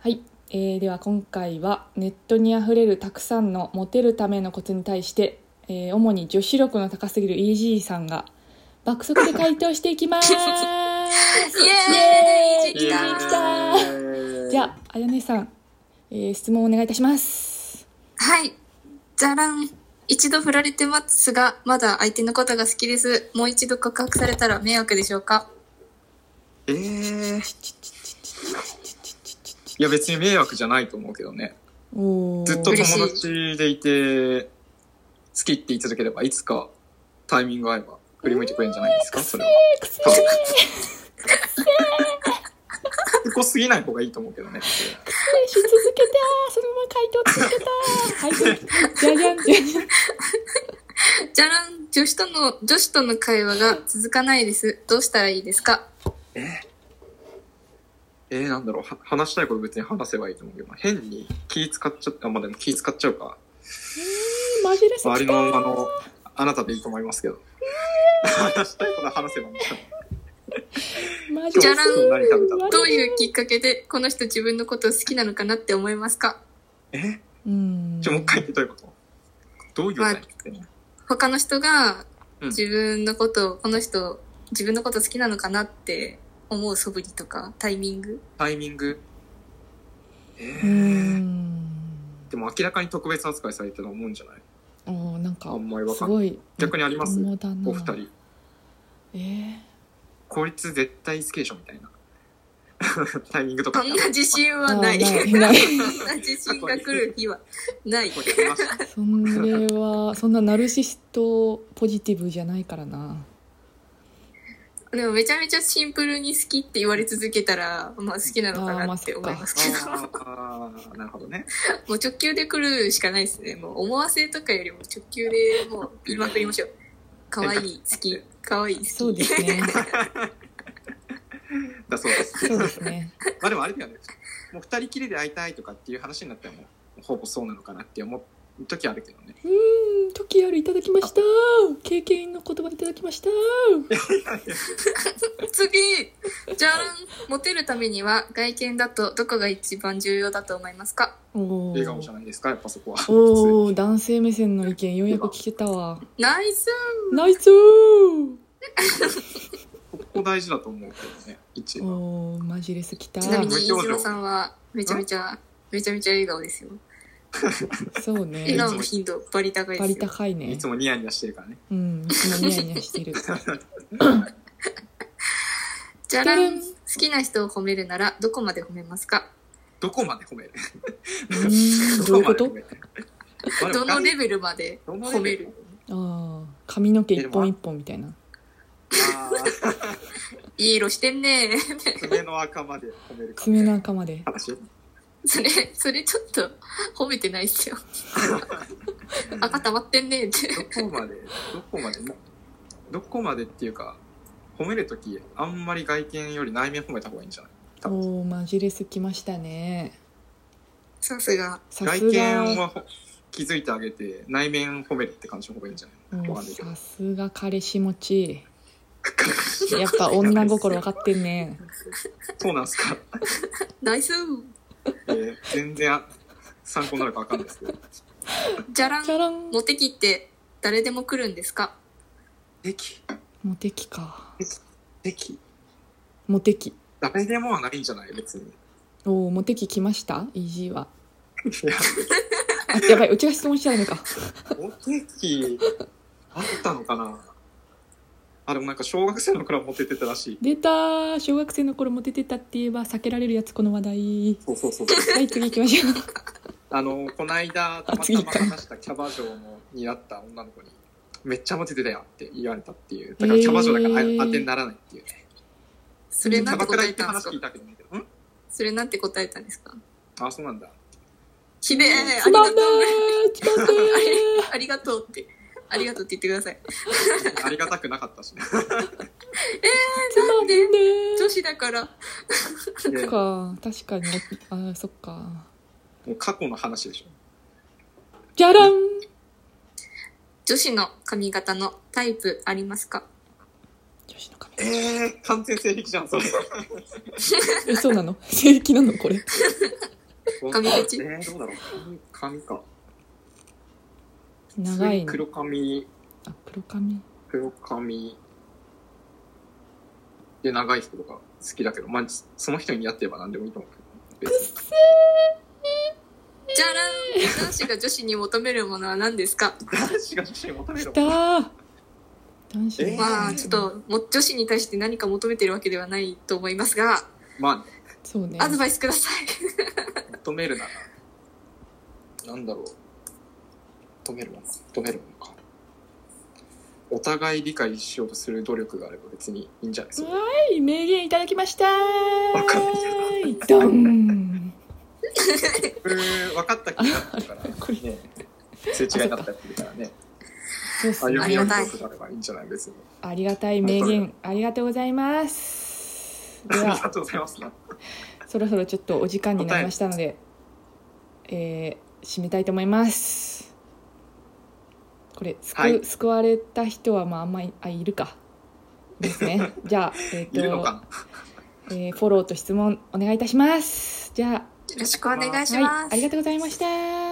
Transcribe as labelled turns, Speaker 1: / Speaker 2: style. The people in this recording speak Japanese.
Speaker 1: はい、えーでは今回はネットにあふれるたくさんのモテるためのコツに対して、えー主に女子力の高すぎるイージーさんが爆速で回答していきます。イ
Speaker 2: エー
Speaker 1: イエーイ
Speaker 2: イ
Speaker 1: イージー来たじゃあ、あやねさん、えー質問お願いいたします。
Speaker 2: はい。じゃらん。一度振られてますが、まだ相手のことが好きです。もう一度告白されたら迷惑でしょうか
Speaker 3: えー、いや別に迷惑じゃないと思うけどね。
Speaker 1: おー
Speaker 3: ずっと友達でいて、好きって言い続ければ、いつかタイミング合えば振り向いてくれるんじゃないですか、それは。多分結構過ぎない方がいいと思うけどね。
Speaker 1: し続けたそのまま回答続けたはい、じゃじゃん、じゃじゃん。
Speaker 2: じゃらん。女子との、女子との会話が続かないです。どうしたらいいですか
Speaker 3: えー、なんだろうは、話したいこと別に話せばいいと思うけど、変に気使っちゃった、まあでも気使っちゃうか。
Speaker 1: マジレス
Speaker 3: 周り
Speaker 1: 来
Speaker 3: の、あ
Speaker 1: た
Speaker 3: の、あなたでいいと思いますけど。 話したいこと話せばいいんじゃない
Speaker 1: マジレス
Speaker 2: じゃらん
Speaker 3: 何食べたの
Speaker 2: どういうきっかけで、この人自分のことを好きなのかなって思いますか
Speaker 3: え
Speaker 1: うん。
Speaker 3: じゃあもう一回言ってどういうことどういうタイプ
Speaker 2: 他の人が、
Speaker 3: うん
Speaker 2: 自分のことを、この人、自分のこと好きなのかなって思う素振りとか、タイミング
Speaker 3: タイミング
Speaker 1: うん。
Speaker 3: でも明らかに特別扱いされてると思うんじゃない
Speaker 1: おなんか
Speaker 3: あんまりわ
Speaker 1: す
Speaker 3: かんない。
Speaker 1: ごい
Speaker 3: 逆にあります
Speaker 1: 子供だな
Speaker 3: お二人。
Speaker 1: えー
Speaker 3: 効率絶対好きでしょみたいな。 タイミングとか。
Speaker 2: そんな自信はない。
Speaker 1: あ
Speaker 2: そ
Speaker 1: ー
Speaker 2: ん
Speaker 1: な
Speaker 2: ない自信が来る日はない。
Speaker 3: こうやって話して
Speaker 1: それはそんなナルシストポジティブじゃないからな
Speaker 2: でもめちゃめちゃシンプルに好きって言われ続けたら、まあ好きなのかなって思いますけど、
Speaker 3: あーあー、なるほどね。
Speaker 2: もう直球で来るしかないですね。もう思わせとかよりも直球でもう言いまくりましょう。可愛い好き、可愛い好き。
Speaker 1: そうですね
Speaker 3: だそうです。
Speaker 1: そう です ね
Speaker 3: まあでもあれだよね。もう二人きりで会いたいとかっていう話になったらもう、ほぼそうなのかなって思う時あるけどね。
Speaker 1: うん時あるいただきました経験の言葉いただきました
Speaker 2: 次じゃんモテるためには外見だとどこが一番重要だと思いますか
Speaker 1: お
Speaker 3: 笑顔じ
Speaker 1: ー
Speaker 3: ゃないですか、やっぱそこは。普
Speaker 1: おー男性目線の意見ようやく聞けたわ
Speaker 2: ナイス
Speaker 1: ナイスー
Speaker 3: 通ここ大事だと思うけどね。一番。
Speaker 1: おーマジレス来た
Speaker 2: ちなみに
Speaker 3: 無
Speaker 2: 飯
Speaker 3: 表情
Speaker 2: 島さんはめちゃめちゃ、めちゃめちゃ笑顔ですよ。
Speaker 1: そう
Speaker 2: 笑
Speaker 1: ね
Speaker 2: 顔の頻度バリ高い
Speaker 1: バ
Speaker 2: で
Speaker 1: リ
Speaker 2: すよ。
Speaker 1: 高いね
Speaker 3: いつもニヤニヤしてるからね。
Speaker 1: うんいつもニヤニヤしてる
Speaker 2: じゃら
Speaker 1: てる
Speaker 2: ん
Speaker 1: ん
Speaker 2: 好きな人を褒めるならどこまで褒めますか
Speaker 3: どこまで褒める
Speaker 1: うんどういうこ
Speaker 3: ど
Speaker 1: と
Speaker 3: こまで褒めるまあで
Speaker 2: どのレベル
Speaker 3: も
Speaker 2: まで
Speaker 3: どの
Speaker 2: 褒める
Speaker 1: ああ髪の毛一本一本みたいな
Speaker 3: あー
Speaker 2: いい色してんね
Speaker 3: 爪の赤まで褒めるか。
Speaker 1: 爪の赤まで
Speaker 3: 話
Speaker 2: それそれちょっと褒めてないっすよ赤溜まってんねって
Speaker 3: どこまで、どこまで、どこまでっていうか、褒めるとき、あんまり外見より内面褒めた方がいいんじゃない多分
Speaker 1: おおマジレス来ましたね
Speaker 2: さすが
Speaker 1: さ
Speaker 3: 外
Speaker 1: す
Speaker 3: 見
Speaker 1: が
Speaker 3: はほ気づいてあげて、内面褒めるって感じの方がいいんじゃ
Speaker 1: う
Speaker 3: ない
Speaker 1: ん
Speaker 3: わかんないけど
Speaker 1: さすが彼氏持ちやっぱ女心分かってんね
Speaker 3: そうなんすか。
Speaker 2: ナイス
Speaker 3: えー全然あ参考になるかわかんないですけど。
Speaker 2: じゃらん
Speaker 1: じゃらん
Speaker 2: モテ期って誰でも来るんですか
Speaker 3: でき、
Speaker 1: モテ期か
Speaker 3: でき、
Speaker 1: モテ期
Speaker 3: 誰でもはないんじゃない別 に。
Speaker 1: おおモテ期来ましたイージーはい
Speaker 3: や、
Speaker 1: あやばいうちが質問しちゃうのか
Speaker 3: モテ期、あったのかなあ、でもなんか小学生の頃はモテてたらしい。
Speaker 1: 出たー小学生の頃モテてたって言えば避けられるやつこの話題
Speaker 3: そうそうそう。
Speaker 1: はい次行きましょう
Speaker 3: あの、この間、たまた
Speaker 1: 次
Speaker 3: ま
Speaker 1: か
Speaker 3: 話したキャバ嬢のになった女の子に、めっちゃモテてたよって言われたっていう。
Speaker 1: へ
Speaker 3: だ
Speaker 1: ー
Speaker 3: からキャバ嬢だからあ当てにならないっていうね。
Speaker 2: それ
Speaker 3: キ
Speaker 2: な
Speaker 3: ャ
Speaker 2: んて
Speaker 3: バクラ
Speaker 2: 答
Speaker 3: 行
Speaker 2: え
Speaker 3: って
Speaker 2: たんです
Speaker 3: 話
Speaker 2: か
Speaker 3: 聞いたけどね。ん
Speaker 2: それなんて答えたんですか
Speaker 3: あ、そうなんだ。
Speaker 2: ひでえあ
Speaker 1: つ
Speaker 2: りが
Speaker 1: ま
Speaker 2: とうん
Speaker 1: ねーつまんね
Speaker 2: ありがとうってありがとうって言ってください
Speaker 3: ありがたくなかったしね。
Speaker 1: ーつまんね
Speaker 2: 女子だから
Speaker 1: ーそ
Speaker 3: で
Speaker 1: っ
Speaker 3: も
Speaker 1: か確かにあーそっか
Speaker 3: う過去の話でしょ。
Speaker 1: じゃらん
Speaker 2: 女子の髪型のタイプありますか
Speaker 1: 女子の髪
Speaker 3: えー、完全性癖じゃん、それ。
Speaker 1: えそうなの正規なのこれ
Speaker 2: 髪口
Speaker 3: えー、どうだろう。髪髪か。
Speaker 1: 長い
Speaker 3: 普通に黒髪、
Speaker 1: あ黒髪
Speaker 3: 黒髪で長い人とか好きだけど、まあ、その人に似合ってれば何でもいいと思うけど。別に
Speaker 2: じゃらん男子が女子に求めるものは何ですか
Speaker 3: 男子が女子に求め
Speaker 1: き
Speaker 3: る
Speaker 1: た
Speaker 3: もん。
Speaker 1: ー男子
Speaker 3: えー
Speaker 2: まあちょっとも女子に対して何か求めてるわけではないと思いますが
Speaker 3: ま
Speaker 1: そうね
Speaker 2: アドバイスください
Speaker 3: あ、求めるなら、なんだろう。求めるものか。求めるものか。お互い理解しようとする努力があれば別にいいんじゃないですか。
Speaker 1: はい名言いただきました
Speaker 3: か
Speaker 1: ードン
Speaker 3: これ、分かった気になってるから、
Speaker 1: これ
Speaker 3: ね。すれ違いだったりするからね。
Speaker 1: そうっす
Speaker 3: 歩
Speaker 1: ね
Speaker 2: あ
Speaker 3: み
Speaker 2: り
Speaker 3: 寄
Speaker 2: が
Speaker 3: り
Speaker 2: たい
Speaker 3: とくなればいいんじゃない別に。
Speaker 1: ありがたい名言ありがとうございます
Speaker 3: あ
Speaker 1: で
Speaker 3: り
Speaker 1: は
Speaker 3: がとうございます。
Speaker 1: そろそろちょっとお時間になりましたので、えー締めたいと思いますこれ救,、
Speaker 3: はい
Speaker 1: 救われた人はまああんまりあいるかです ねじゃあ、え
Speaker 3: いるのか
Speaker 1: ー
Speaker 3: な
Speaker 1: とえーフォローと質問お願いいたしますじゃ
Speaker 2: よろしくお願いします、
Speaker 1: あ、はい、ありがとうございました